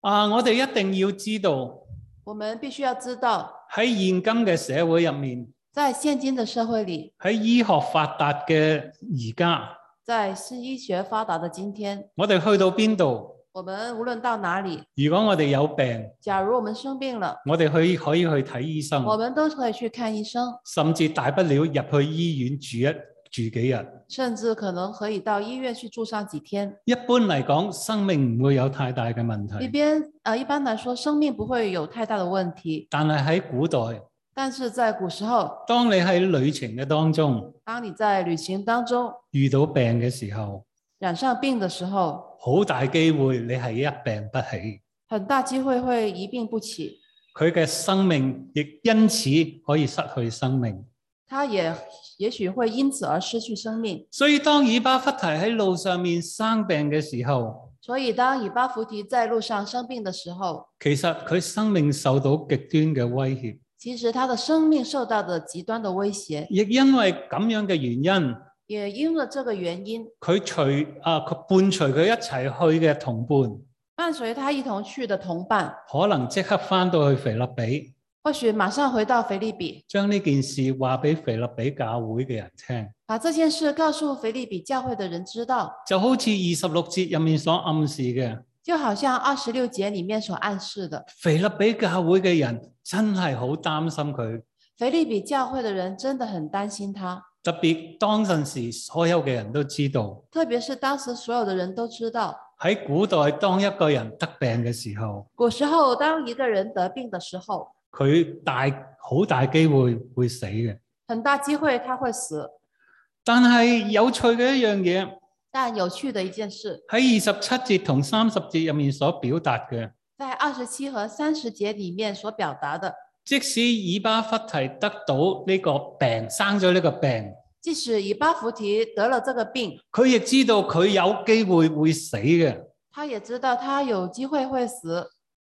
Speaker 1: 啊！我哋一定要知道
Speaker 2: 我们必须要知道，
Speaker 1: 喺現今嘅社會入面，
Speaker 2: 在现今的社会里，
Speaker 1: 喺醫學發達嘅而家，
Speaker 2: 在西医学发达的今天，
Speaker 1: 我哋去到邊度？
Speaker 2: 我们无论到哪里，
Speaker 1: 如果我哋有病，
Speaker 2: 假如我們生病了，
Speaker 1: 我哋去可以去睇醫生，
Speaker 2: 我們都可以去看医生，
Speaker 1: 甚至大不了入去醫院住一住幾日。
Speaker 2: 甚至可能可以到医院去住上几天。
Speaker 1: 一般嚟講，生命唔會有太大嘅問
Speaker 2: 一
Speaker 1: 題。
Speaker 2: 边呃，一般来说，生命不会有太大的问题，
Speaker 1: 但係喺古代，
Speaker 2: 但是在古时候，
Speaker 1: 當你喺旅程嘅當中
Speaker 2: 当你在旅行当中
Speaker 1: 遇到病嘅時候，
Speaker 2: 染上病的时候，
Speaker 1: 好大機會你係一病不起，
Speaker 2: 很大机会会一病不起，
Speaker 1: 佢嘅生命亦因此可以失去生命。
Speaker 2: 他也也许会因此而失去生命。
Speaker 1: 所以當以巴弗提喺路上面生病嘅時候，
Speaker 2: 所以，当以巴弗提在路上生病的时候，
Speaker 1: 其實佢生命受到極端嘅威脅，
Speaker 2: 其实他的生命受到的极端的威胁，
Speaker 1: 亦因為咁樣嘅原因，
Speaker 2: 也因为这个原因，
Speaker 1: 佢隨啊佢伴隨佢一齊去嘅同伴，
Speaker 2: 伴随他一同去的同伴
Speaker 1: 可能即刻翻到去腓立比，
Speaker 2: 或许马上回到腓利比，
Speaker 1: 將呢件事話俾腓立比教會嘅人聽，
Speaker 2: 把这件事告诉腓利比教会的人知道，
Speaker 1: 就好似二十六節入面所暗示嘅，
Speaker 2: 就好像二十六节里面所暗示的，
Speaker 1: 腓立比教會嘅人真係好擔心佢，
Speaker 2: 腓利比教会的人真的很担心他，
Speaker 1: 特別當陣時所有嘅人都知道。
Speaker 2: 特別是当时所有的人都知道，
Speaker 1: 喺古代，當一個人得病嘅時候，
Speaker 2: 古时候当一个人得病的时候，
Speaker 1: 佢大好大機會會死嘅。
Speaker 2: 很大机会他会死。
Speaker 1: 但係有趣嘅一樣嘢
Speaker 2: 但有趣的一件事，
Speaker 1: 喺二十七節同三十節入面所表達嘅，
Speaker 2: 在二十七和三十节里面所表达的，
Speaker 1: 即使以巴弗提得到呢個病，生咗呢個病，
Speaker 2: 即使以巴弗提得了这个病，
Speaker 1: 佢亦知道佢有機會會死嘅，
Speaker 2: 他也知道他有机会会死，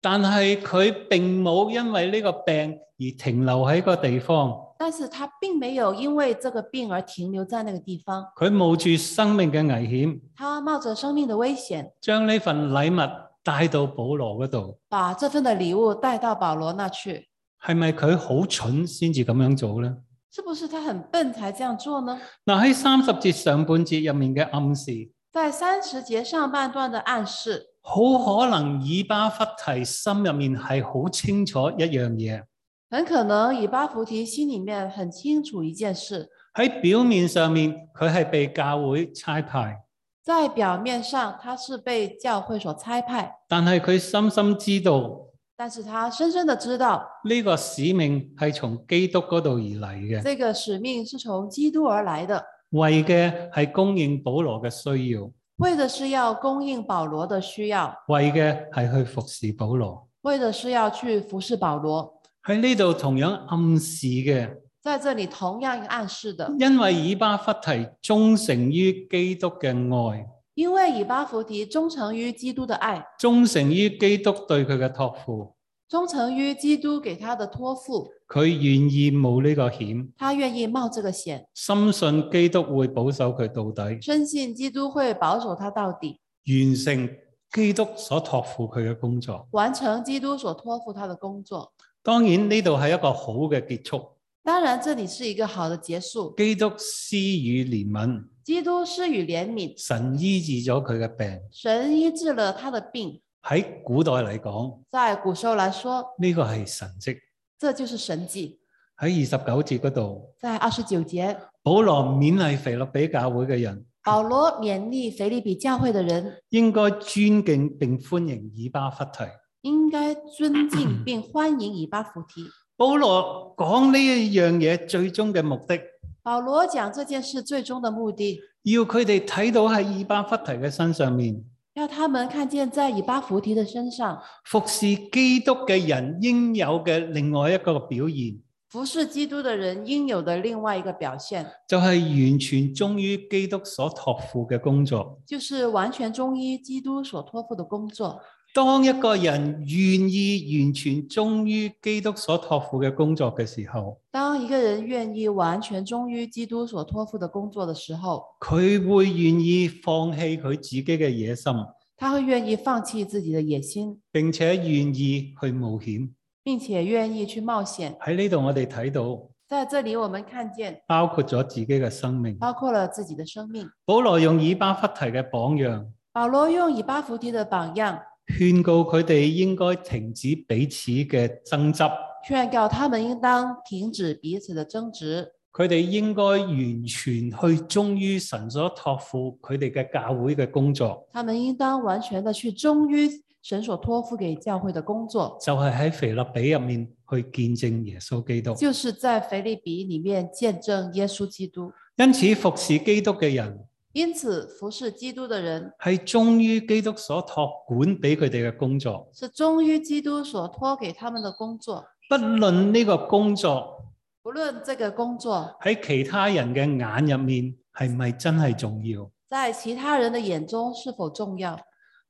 Speaker 1: 但係佢並冇因為呢個病而停留喺個地方。
Speaker 2: 但是他并没有因为这个病而停留在那个地方，
Speaker 1: 佢冒住生命嘅危險，
Speaker 2: 他冒着生命的危险，
Speaker 1: 將呢份禮物帶到保羅嗰度，
Speaker 2: 把这份的礼物带到保罗那去。
Speaker 1: 係咪佢好蠢先至咁樣做呢？
Speaker 2: 是不是他很笨才这样做呢？
Speaker 1: 嗱喺三十節上半節入面嘅暗示，
Speaker 2: 在三十节上半段的暗示，
Speaker 1: 好可能以巴弗提心入面係好清楚一樣嘢，
Speaker 2: 很可能以巴弗提心里面很清楚一件事，
Speaker 1: 喺表面上面佢係被教會差派，
Speaker 2: 在表面上他是被教会所差派，
Speaker 1: 但係佢深深知道
Speaker 2: 但是他深深的知道
Speaker 1: 呢個使命係從基督嗰度而嚟嘅，
Speaker 2: 这个使命是从基督而来的，
Speaker 1: 為嘅係供應保羅嘅需要，
Speaker 2: 为的是要供应保罗的需要，
Speaker 1: 為嘅係去服侍保羅。
Speaker 2: 为的是要去服侍保罗。
Speaker 1: 喺呢度同樣暗示嘅，
Speaker 2: 在这里同样暗示的，
Speaker 1: 因為以巴弗提忠誠於基督嘅愛，
Speaker 2: 因为以巴弗提忠诚于基督的爱，
Speaker 1: 忠誠於基督對佢嘅托付，
Speaker 2: 忠诚于基督给他的托付，
Speaker 1: 佢願意冒呢個險，
Speaker 2: 他愿意冒这个险，
Speaker 1: 深信基督會保守佢到底，
Speaker 2: 深信基督会保守他到底，
Speaker 1: 完成基督所托付佢嘅工作。
Speaker 2: 完成基督所托付他的工作。
Speaker 1: 當然呢度係一個好嘅結束，
Speaker 2: 当然，这里是一个好的结束。
Speaker 1: 基督施予憐憫，
Speaker 2: 基督施予怜悯，
Speaker 1: 神醫治咗佢嘅病。
Speaker 2: 神医治了他的病。
Speaker 1: 喺古代嚟講，
Speaker 2: 在古时候来说，
Speaker 1: 呢、個係神蹟。
Speaker 2: 这就是神迹。
Speaker 1: 喺二十九節嗰度。
Speaker 2: 在二十九节，
Speaker 1: 保羅勉勵腓立比教會嘅人
Speaker 2: 保羅勉励腓利比教会的人，
Speaker 1: 應該尊敬並歡迎以巴弗提。
Speaker 2: 应该尊敬并欢迎以巴弗提。
Speaker 1: 保羅講呢一樣嘢最終嘅目的，
Speaker 2: 保罗讲这件事最终的目的，
Speaker 1: 要佢哋睇到喺以巴弗提嘅身上面，
Speaker 2: 要他们看见在以巴弗提的身上，
Speaker 1: 服侍基督嘅人應有嘅另外一個表現，
Speaker 2: 服侍基督的人应有的另外一个表现，
Speaker 1: 就係完全忠於基督所托付嘅工作。
Speaker 2: 就是完全忠于基督所托付的工作。
Speaker 1: 當一個人願意完全忠於基督所托付嘅工作嘅時候，
Speaker 2: 当一个人愿意完全忠于基督所托付的工作的时候，
Speaker 1: 佢會願意放棄佢自己嘅野心。
Speaker 2: 他会愿意放弃自己的野心，
Speaker 1: 並且願意去冒險。
Speaker 2: 并且愿意去冒险。
Speaker 1: 喺呢度我哋睇到，
Speaker 2: 在这里，我们看见
Speaker 1: 包括咗自己嘅生命。
Speaker 2: 包括了自己的生命。
Speaker 1: 保羅用以巴弗提嘅榜樣，
Speaker 2: 保罗用以巴弗提的榜样，
Speaker 1: 勸告佢哋應該停止彼此嘅爭執，
Speaker 2: 劝告他们应当停止彼此的争执，
Speaker 1: 佢哋應該完全去忠於神所托付佢哋嘅教會嘅工作，
Speaker 2: 他们应当完全的去忠于神所托付给教会的工作，
Speaker 1: 就係喺腓立比入面去見證耶穌基督。
Speaker 2: 就是在腓利比里面见证耶稣基督。
Speaker 1: 因此，服侍基督嘅人
Speaker 2: 因此，服侍基督的人
Speaker 1: 係忠於基督所托管俾佢哋嘅工作，
Speaker 2: 是忠于基督所托给他们的工作，
Speaker 1: 不論呢個工作
Speaker 2: 不论这个工作
Speaker 1: 喺其他人嘅眼入面係咪真係重要？
Speaker 2: 在其他人的眼中是否重要。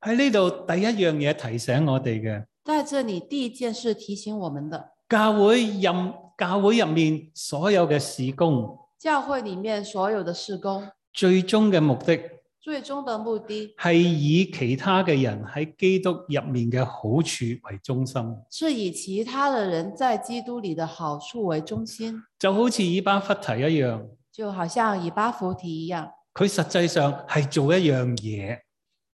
Speaker 1: 喺呢度第一樣嘢提醒我哋嘅，
Speaker 2: 在这里，第一件事提醒我们的，
Speaker 1: 教會任教會入面所有嘅事工，
Speaker 2: 教会里面所有的事工，
Speaker 1: 最終嘅目的
Speaker 2: 最终的目的
Speaker 1: 係以其他嘅人喺基督入面嘅好處為中心，
Speaker 2: 是以其他的人在基督里的好处为中心，
Speaker 1: 就好似以巴弗提一樣，
Speaker 2: 就好像以巴弗提一样，
Speaker 1: 佢實際上係做一樣嘢，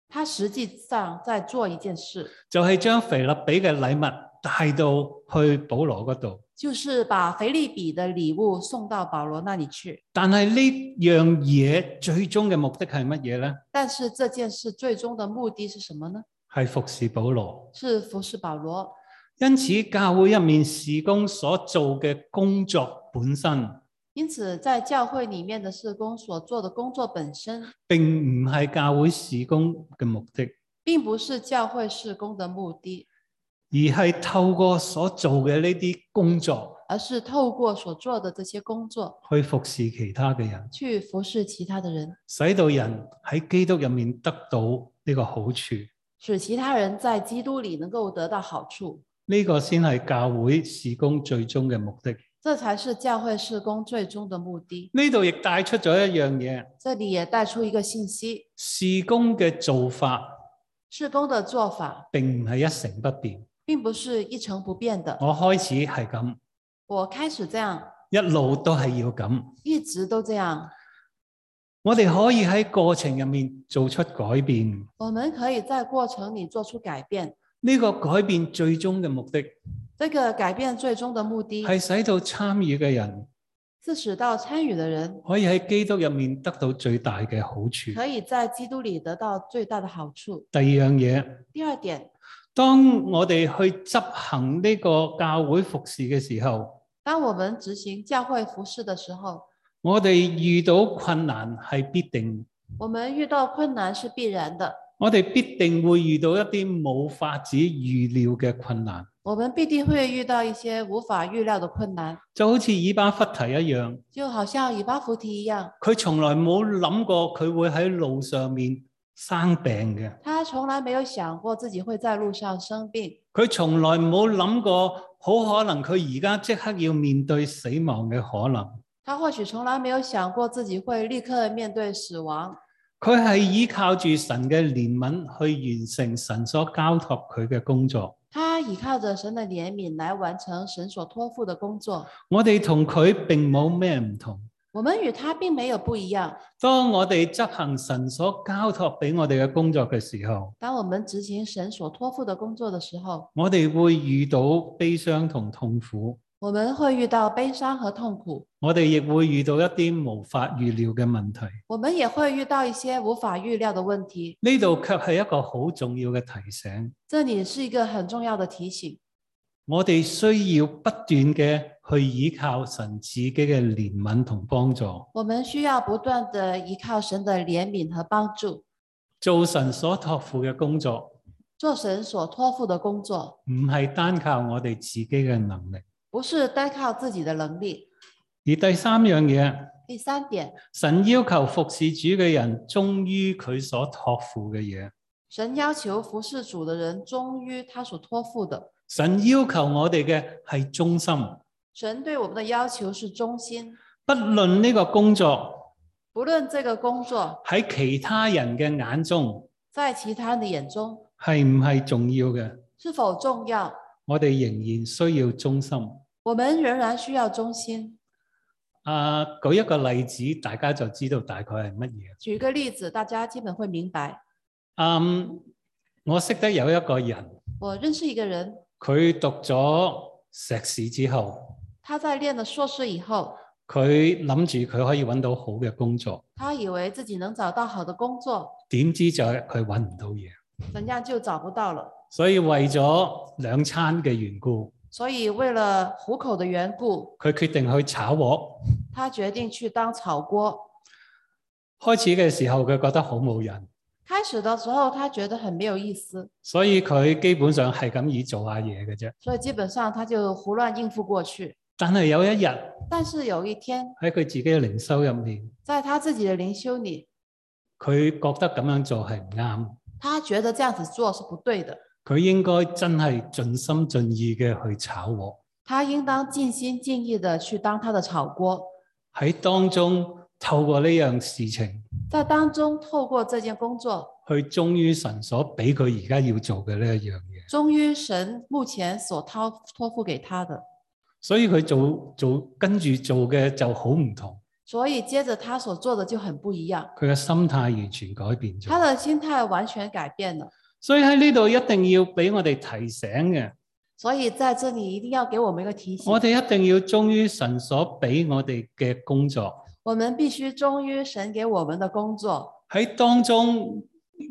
Speaker 2: 他实际上在做一件事，
Speaker 1: 就係將腓立比嘅禮物帶到去保羅嗰度。
Speaker 2: 就是把腓利比的礼物送到保罗那里去。
Speaker 1: 但係呢樣嘢最終嘅目的係乜嘢呢？
Speaker 2: 但是这件事最终的目的是什么呢？
Speaker 1: 係服侍保羅。
Speaker 2: 是服侍保罗，
Speaker 1: 因此，教會入面事工所做嘅工作本身，
Speaker 2: 因此，在教会里面的事工所做的工作本身，
Speaker 1: 並唔係教會事工嘅目的，
Speaker 2: 并不是教会事工的目的，
Speaker 1: 而係透過所做嘅呢啲工作
Speaker 2: 而是透过所做的这些工作
Speaker 1: 去服侍其他嘅人，
Speaker 2: 去服侍其他的人，
Speaker 1: 使到人喺基督入面得到呢個好處。
Speaker 2: 使其他人在基督里能够得到好处。
Speaker 1: 呢、個先係教會事工最終嘅目的。
Speaker 2: 这才是教会事工最终的目的。
Speaker 1: 呢度亦帶出咗一樣嘢，
Speaker 2: 这里也带出一个信息：
Speaker 1: 事工嘅做法
Speaker 2: 事工的做法
Speaker 1: 並唔係一成不變。
Speaker 2: 并不是一成不变的。
Speaker 1: 我開始係咁，
Speaker 2: 我开始这样，
Speaker 1: 一路都係要咁。
Speaker 2: 一直都这样。
Speaker 1: 我哋可以喺過程入面做出改變。
Speaker 2: 我们可以在过程里做出改变，
Speaker 1: 呢、個改變最終嘅目的
Speaker 2: 这个改变最终的目的
Speaker 1: 係使到參與嘅人
Speaker 2: 是使到参与的人
Speaker 1: 可以喺基督入面得到最大嘅好處。
Speaker 2: 可以在基督里得到最大的好处。
Speaker 1: 第二樣嘢，
Speaker 2: 第二點，
Speaker 1: 當我哋去執行呢個教會服侍嘅時候，
Speaker 2: 當我們執行教會服侍的时候，
Speaker 1: 我哋遇到困難係必定，
Speaker 2: 我們遇到困難是必然的，
Speaker 1: 我哋必定會遇到一啲冇法子預料嘅困難，
Speaker 2: 我們必定会遇到一些无法预料的困難，
Speaker 1: 就好似以巴弗提一樣，
Speaker 2: 就好像以巴弗提一樣，
Speaker 1: 佢從來冇諗過佢會喺路上面生病嘅。
Speaker 2: 他從來沒有想過自己會在路上生病，
Speaker 1: 佢從來冇諗過，好可能佢而家即刻要面對死亡嘅可能。
Speaker 2: 他或許從來沒有想過自己會立刻面對死亡，
Speaker 1: 佢係依靠住神嘅憐憫去完成神所交託佢嘅工作。
Speaker 2: 他倚靠着神的憐憫來完成神所托付的工作。
Speaker 1: 我哋同佢並冇咩唔同。
Speaker 2: 我們與他並沒有不一樣。
Speaker 1: 當我哋執行神所交託俾我哋嘅工作嘅時候，
Speaker 2: 當我們執行神所托付的工作的時候，
Speaker 1: 我哋會遇到悲傷同痛苦，
Speaker 2: 我们会遇到悲伤和痛苦，
Speaker 1: 我哋亦會遇到一啲無法預料嘅問題。
Speaker 2: 我们也会遇到一些无法预料的问题。
Speaker 1: 呢度卻係一個好重要嘅提醒。
Speaker 2: 这里是一个很重要的提醒，
Speaker 1: 我哋需要不斷嘅去倚靠神自己嘅憐憫同幫助，
Speaker 2: 我们需要不断的依靠神的怜悯和帮助，
Speaker 1: 做神所托付嘅工作，
Speaker 2: 做神所托付的工作，
Speaker 1: 唔係單靠我哋自己嘅能力。
Speaker 2: 不是单靠自己的能力。
Speaker 1: 而第三樣嘢，
Speaker 2: 第三点，
Speaker 1: 神要求服侍主嘅人忠於佢所托付嘅嘢。
Speaker 2: 神要求服侍主的人忠于他所托付的。
Speaker 1: 神要求我哋嘅係忠心，
Speaker 2: 神对我们的要求是忠心，
Speaker 1: 不論呢個工作
Speaker 2: 不论这个工作
Speaker 1: 喺其他人嘅眼中
Speaker 2: 在其他人的眼中
Speaker 1: 係唔係重要嘅，
Speaker 2: 是否重要，
Speaker 1: 我哋仍然需要忠心。
Speaker 2: 我们仍然需要忠心。
Speaker 1: 啊，舉一個例子，大家就知道大概係乜嘢。
Speaker 2: 举个例子，大家基本会明白。
Speaker 1: 嗯，我識得有一個人，
Speaker 2: 我认识一个人，
Speaker 1: 佢讀咗碩士之後，
Speaker 2: 他在练了硕士以后，
Speaker 1: 佢諗住佢可以揾到好嘅工作，
Speaker 2: 他以为自己能找到好的工作，
Speaker 1: 點知就係佢揾唔到嘢，
Speaker 2: 怎样就找不到了。
Speaker 1: 所以為咗兩餐嘅緣故，
Speaker 2: 所以为了糊口的缘故，
Speaker 1: 佢決定去炒鍋。
Speaker 2: 他决定去当炒锅。
Speaker 1: 開始嘅時候，佢覺得好冇癮，
Speaker 2: 开始的时候，他觉得很没有意思，
Speaker 1: 所以佢基本上係咁以做下嘢嘅啫。
Speaker 2: 所以基本上他就胡乱应付过去。
Speaker 1: 但係有一日
Speaker 2: 但是有一天，
Speaker 1: 喺佢自己嘅靈修入面，
Speaker 2: 在他自己的灵修里，
Speaker 1: 佢覺得咁樣做係唔啱。
Speaker 2: 他觉得这样子做是不对的，
Speaker 1: 佢應該真係盡心盡意嘅去炒鍋，
Speaker 2: 他应当尽心尽意的去当他的炒锅。
Speaker 1: 喺當中透過呢樣事情
Speaker 2: 在当中，透過這件工作，
Speaker 1: 去忠於神所俾佢而家要做嘅呢一樣嘢。
Speaker 2: 忠於神目前所托托付給他的，
Speaker 1: 所以佢做做跟住做嘅就好唔同，
Speaker 2: 所以接着他所做的就很不一樣，
Speaker 1: 佢嘅心態完全改變
Speaker 2: 他
Speaker 1: 咗。
Speaker 2: 的心態完全改變了。
Speaker 1: 所以喺呢度一定要俾我哋提醒嘅，
Speaker 2: 所以在這裡一定要給我們一個提醒，
Speaker 1: 我哋一定要忠於神所俾我哋嘅工作。
Speaker 2: 我們必須忠於神給我們的工作，
Speaker 1: 喺當中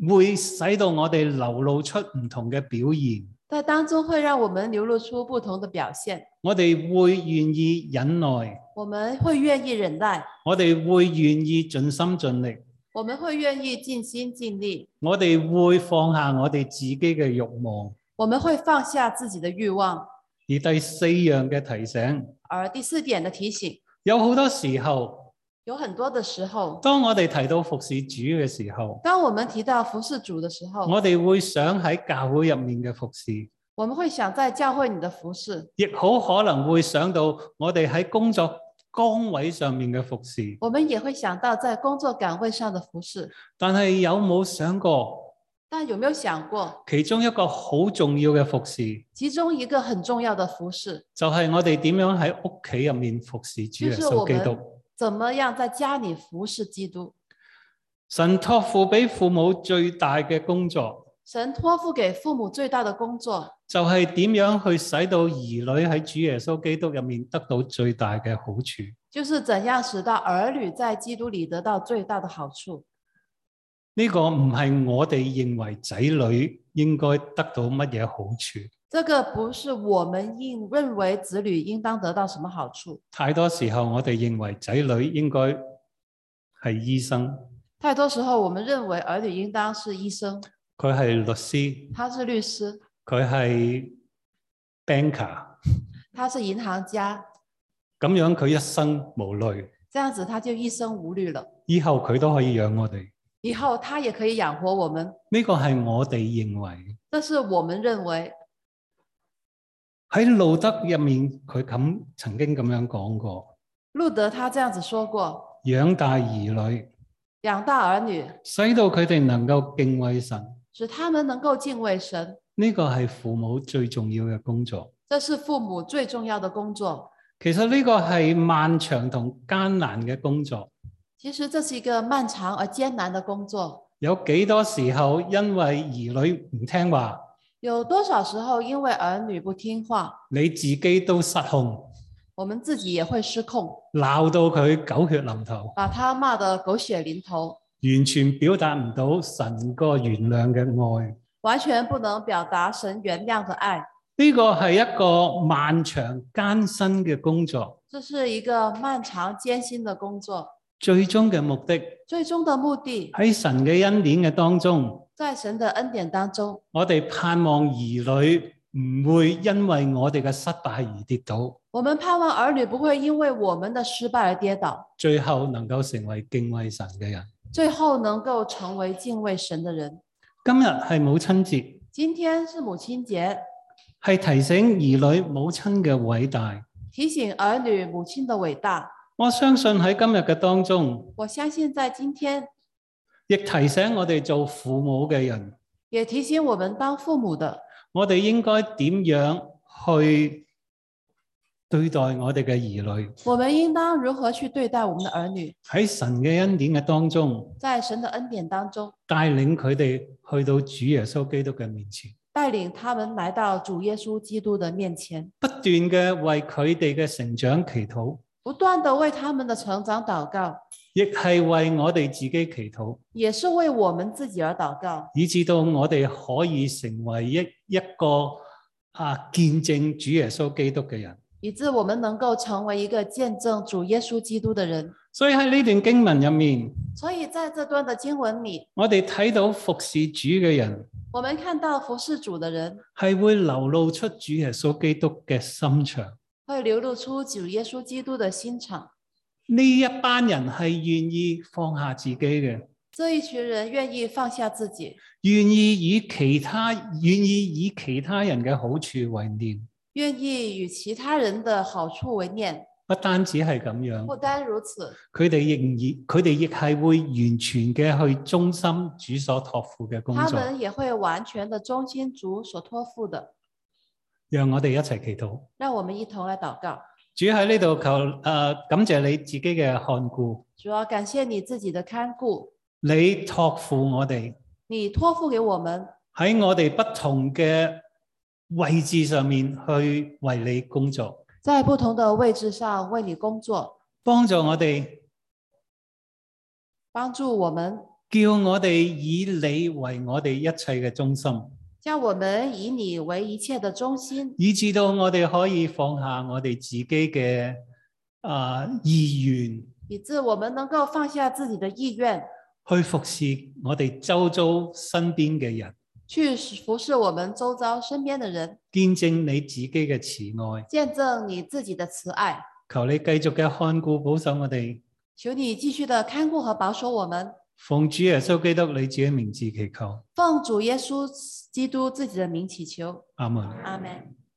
Speaker 1: 會使到我哋流露出唔同嘅表現，
Speaker 2: 在当中会让我们流露出不同的表现。
Speaker 1: 我哋會願意忍耐，
Speaker 2: 我们会愿意忍耐，
Speaker 1: 我哋會願意盡心盡力，
Speaker 2: 我们会愿意尽心尽力，
Speaker 1: 我哋會放下我哋自己嘅慾望。
Speaker 2: 我们会放下自己的欲望。
Speaker 1: 而第四樣嘅提醒，
Speaker 2: 而第四点的提醒，
Speaker 1: 有好多時候，
Speaker 2: 有很多的时候，
Speaker 1: 當我哋提到服侍主嘅時候，
Speaker 2: 当我们提到服侍主的时候，
Speaker 1: 我哋會想喺教會入面嘅服侍，亦
Speaker 2: 我们会想在教会里的服侍，
Speaker 1: 好可能會想到我哋喺工作崗位上面嘅服侍。
Speaker 2: 我们也会想到在工作岗位上的服侍。
Speaker 1: 但係有冇想過，
Speaker 2: 但有没有想过，
Speaker 1: 其中一個好重要嘅服侍，
Speaker 2: 其中一个很重要的服侍，
Speaker 1: 就係我哋點樣喺屋企入面服侍主
Speaker 2: 就
Speaker 1: 耶
Speaker 2: 是我
Speaker 1: 穌基
Speaker 2: 们
Speaker 1: 督。
Speaker 2: 怎么样在家里服侍基督。
Speaker 1: 神托付俾父母最大嘅工作，
Speaker 2: 神托付给父母最大的工作，
Speaker 1: 就係點樣去使到兒女喺主耶穌基督入面得到最大嘅好處。
Speaker 2: 就是怎样使到儿女在基督里得到最大的好处。
Speaker 1: 呢、個唔係我哋認為仔女應該得到乜嘢好處。
Speaker 2: 这个不是我们应认为子女应当得到什么好处。
Speaker 1: 太多時候我哋認為仔女應該係醫生，
Speaker 2: 太多时候，我们认为儿女应当是医生，
Speaker 1: 佢係律師，
Speaker 2: 他是律师，
Speaker 1: 佢係 banker，
Speaker 2: 他是银行家，
Speaker 1: 咁樣佢一生無慮，
Speaker 2: 这样子他就一生无虑了。
Speaker 1: 以後佢都可以養我哋。
Speaker 2: 以后他也可以养活我们，
Speaker 1: 呢個係我哋認為
Speaker 2: 这是我们认为
Speaker 1: 喺路德入面，佢咁曾經咁樣講過：
Speaker 2: 路德他这样子说過：
Speaker 1: 養大兒女，
Speaker 2: 养大儿女，
Speaker 1: 使到佢哋能夠敬畏神，
Speaker 2: 使他们能够敬畏神，
Speaker 1: 呢、個係父母最重要嘅工作。
Speaker 2: 这是父母最重要的工作。
Speaker 1: 其實呢個係漫長同艱難嘅工作。
Speaker 2: 其实这是一个漫长而艰难的工作。
Speaker 1: 有幾多時候因為兒女唔聽話，
Speaker 2: 有多少时候因为儿女不听话，
Speaker 1: 你自己都失控，
Speaker 2: 我们自己也会失控，
Speaker 1: 鬧到佢狗血淋頭，
Speaker 2: 把他骂得狗血淋头，
Speaker 1: 完全表達唔到神個原諒嘅愛。
Speaker 2: 完全不能表达神原谅的爱。
Speaker 1: 呢個係一個漫長艱辛嘅工作，
Speaker 2: 这是一个漫长艰辛的工作，
Speaker 1: 最終嘅目的
Speaker 2: 最终的目的
Speaker 1: 喺神嘅恩典嘅當中，
Speaker 2: 在神的恩典当中。
Speaker 1: 我哋盼望兒女唔會因為我哋嘅失敗而跌倒，
Speaker 2: 我们盼望儿女不会因为我们的失败而跌倒，
Speaker 1: 最後能夠成為敬畏神嘅人。
Speaker 2: 最后能够成为敬畏神的人。
Speaker 1: 今日係母親節，
Speaker 2: 今天是母亲节，
Speaker 1: 係提醒兒女母親嘅偉大。
Speaker 2: 提醒儿女母亲的伟大。
Speaker 1: 我相信喺今日嘅當中，
Speaker 2: 我相信在今天
Speaker 1: 亦提醒我哋做父母嘅人，
Speaker 2: 也提醒我们当父母的，
Speaker 1: 我哋應該點樣去對待我哋嘅兒女。
Speaker 2: 我们应当如何去对待我们的儿女，
Speaker 1: 喺神嘅恩典嘅當中，
Speaker 2: 在神的恩典当中
Speaker 1: 帶領佢哋去到主耶穌基督嘅面前，
Speaker 2: 带领他们来到主耶稣基督的面前，
Speaker 1: 不斷嘅為佢哋嘅成長祈禱，
Speaker 2: 不断的为他们的成长祷告，
Speaker 1: 亦係為我哋自己祈禱，
Speaker 2: 也是为我们自己而祷告，
Speaker 1: 以至到我哋可以成為一一個啊見證主耶穌基督嘅人。
Speaker 2: 以致我们能够成为一个见证主耶稣基督的人。
Speaker 1: 所以喺呢段經文入面，
Speaker 2: 所以在这段的经文里，
Speaker 1: 我哋睇到服侍主嘅人
Speaker 2: 我们看到服侍主的人
Speaker 1: 係會流露出主耶穌基督嘅心腸。
Speaker 2: 会流露出主耶稣基督的心肠。
Speaker 1: 呢一班人係願意放下自己嘅。
Speaker 2: 这一群人愿意放下自己，
Speaker 1: 願意以其他願意以其他人嘅好處為念，
Speaker 2: 愿意与其他人的好处为念。
Speaker 1: 不單止係咁
Speaker 2: 不
Speaker 1: 樣，
Speaker 2: 单如此，
Speaker 1: 佢哋亦然，佢哋亦係會完全嘅去忠心主所托付嘅工
Speaker 2: 他
Speaker 1: 作。
Speaker 2: 们也会完全的忠心主所托付的。
Speaker 1: 讓我哋一齊祈禱。
Speaker 2: 让我们一同来祷告。
Speaker 1: 主喺呢度求誒、呃感謝你自己嘅看顧，
Speaker 2: 主要感谢你自己的看顾，
Speaker 1: 你托付我哋
Speaker 2: 你托付给我们，
Speaker 1: 喺我哋不同嘅位置上面去為你工作，
Speaker 2: 在不同的位置上为你工作，
Speaker 1: 幫助我哋，
Speaker 2: 帮助我们，
Speaker 1: 叫我哋以你為我哋一切嘅中心。
Speaker 2: 叫我们以你为一切的中心，
Speaker 1: 以至到我哋可以放下我哋自己嘅啊、意願，
Speaker 2: 以致我们能够放下自己的意愿，
Speaker 1: 去服侍我哋周遭身邊嘅人，
Speaker 2: 去服侍我们周遭身边的人，
Speaker 1: 見證你自己嘅慈愛。
Speaker 2: 见证你自己的慈爱。
Speaker 1: 求你繼續嘅看顧保守我哋，
Speaker 2: 求你继续的看顾和保守我们，
Speaker 1: 奉主耶穌基督你自己名字祈求，
Speaker 2: 奉主耶稣基督自己的名祈求，
Speaker 1: 阿門。
Speaker 2: 阿门。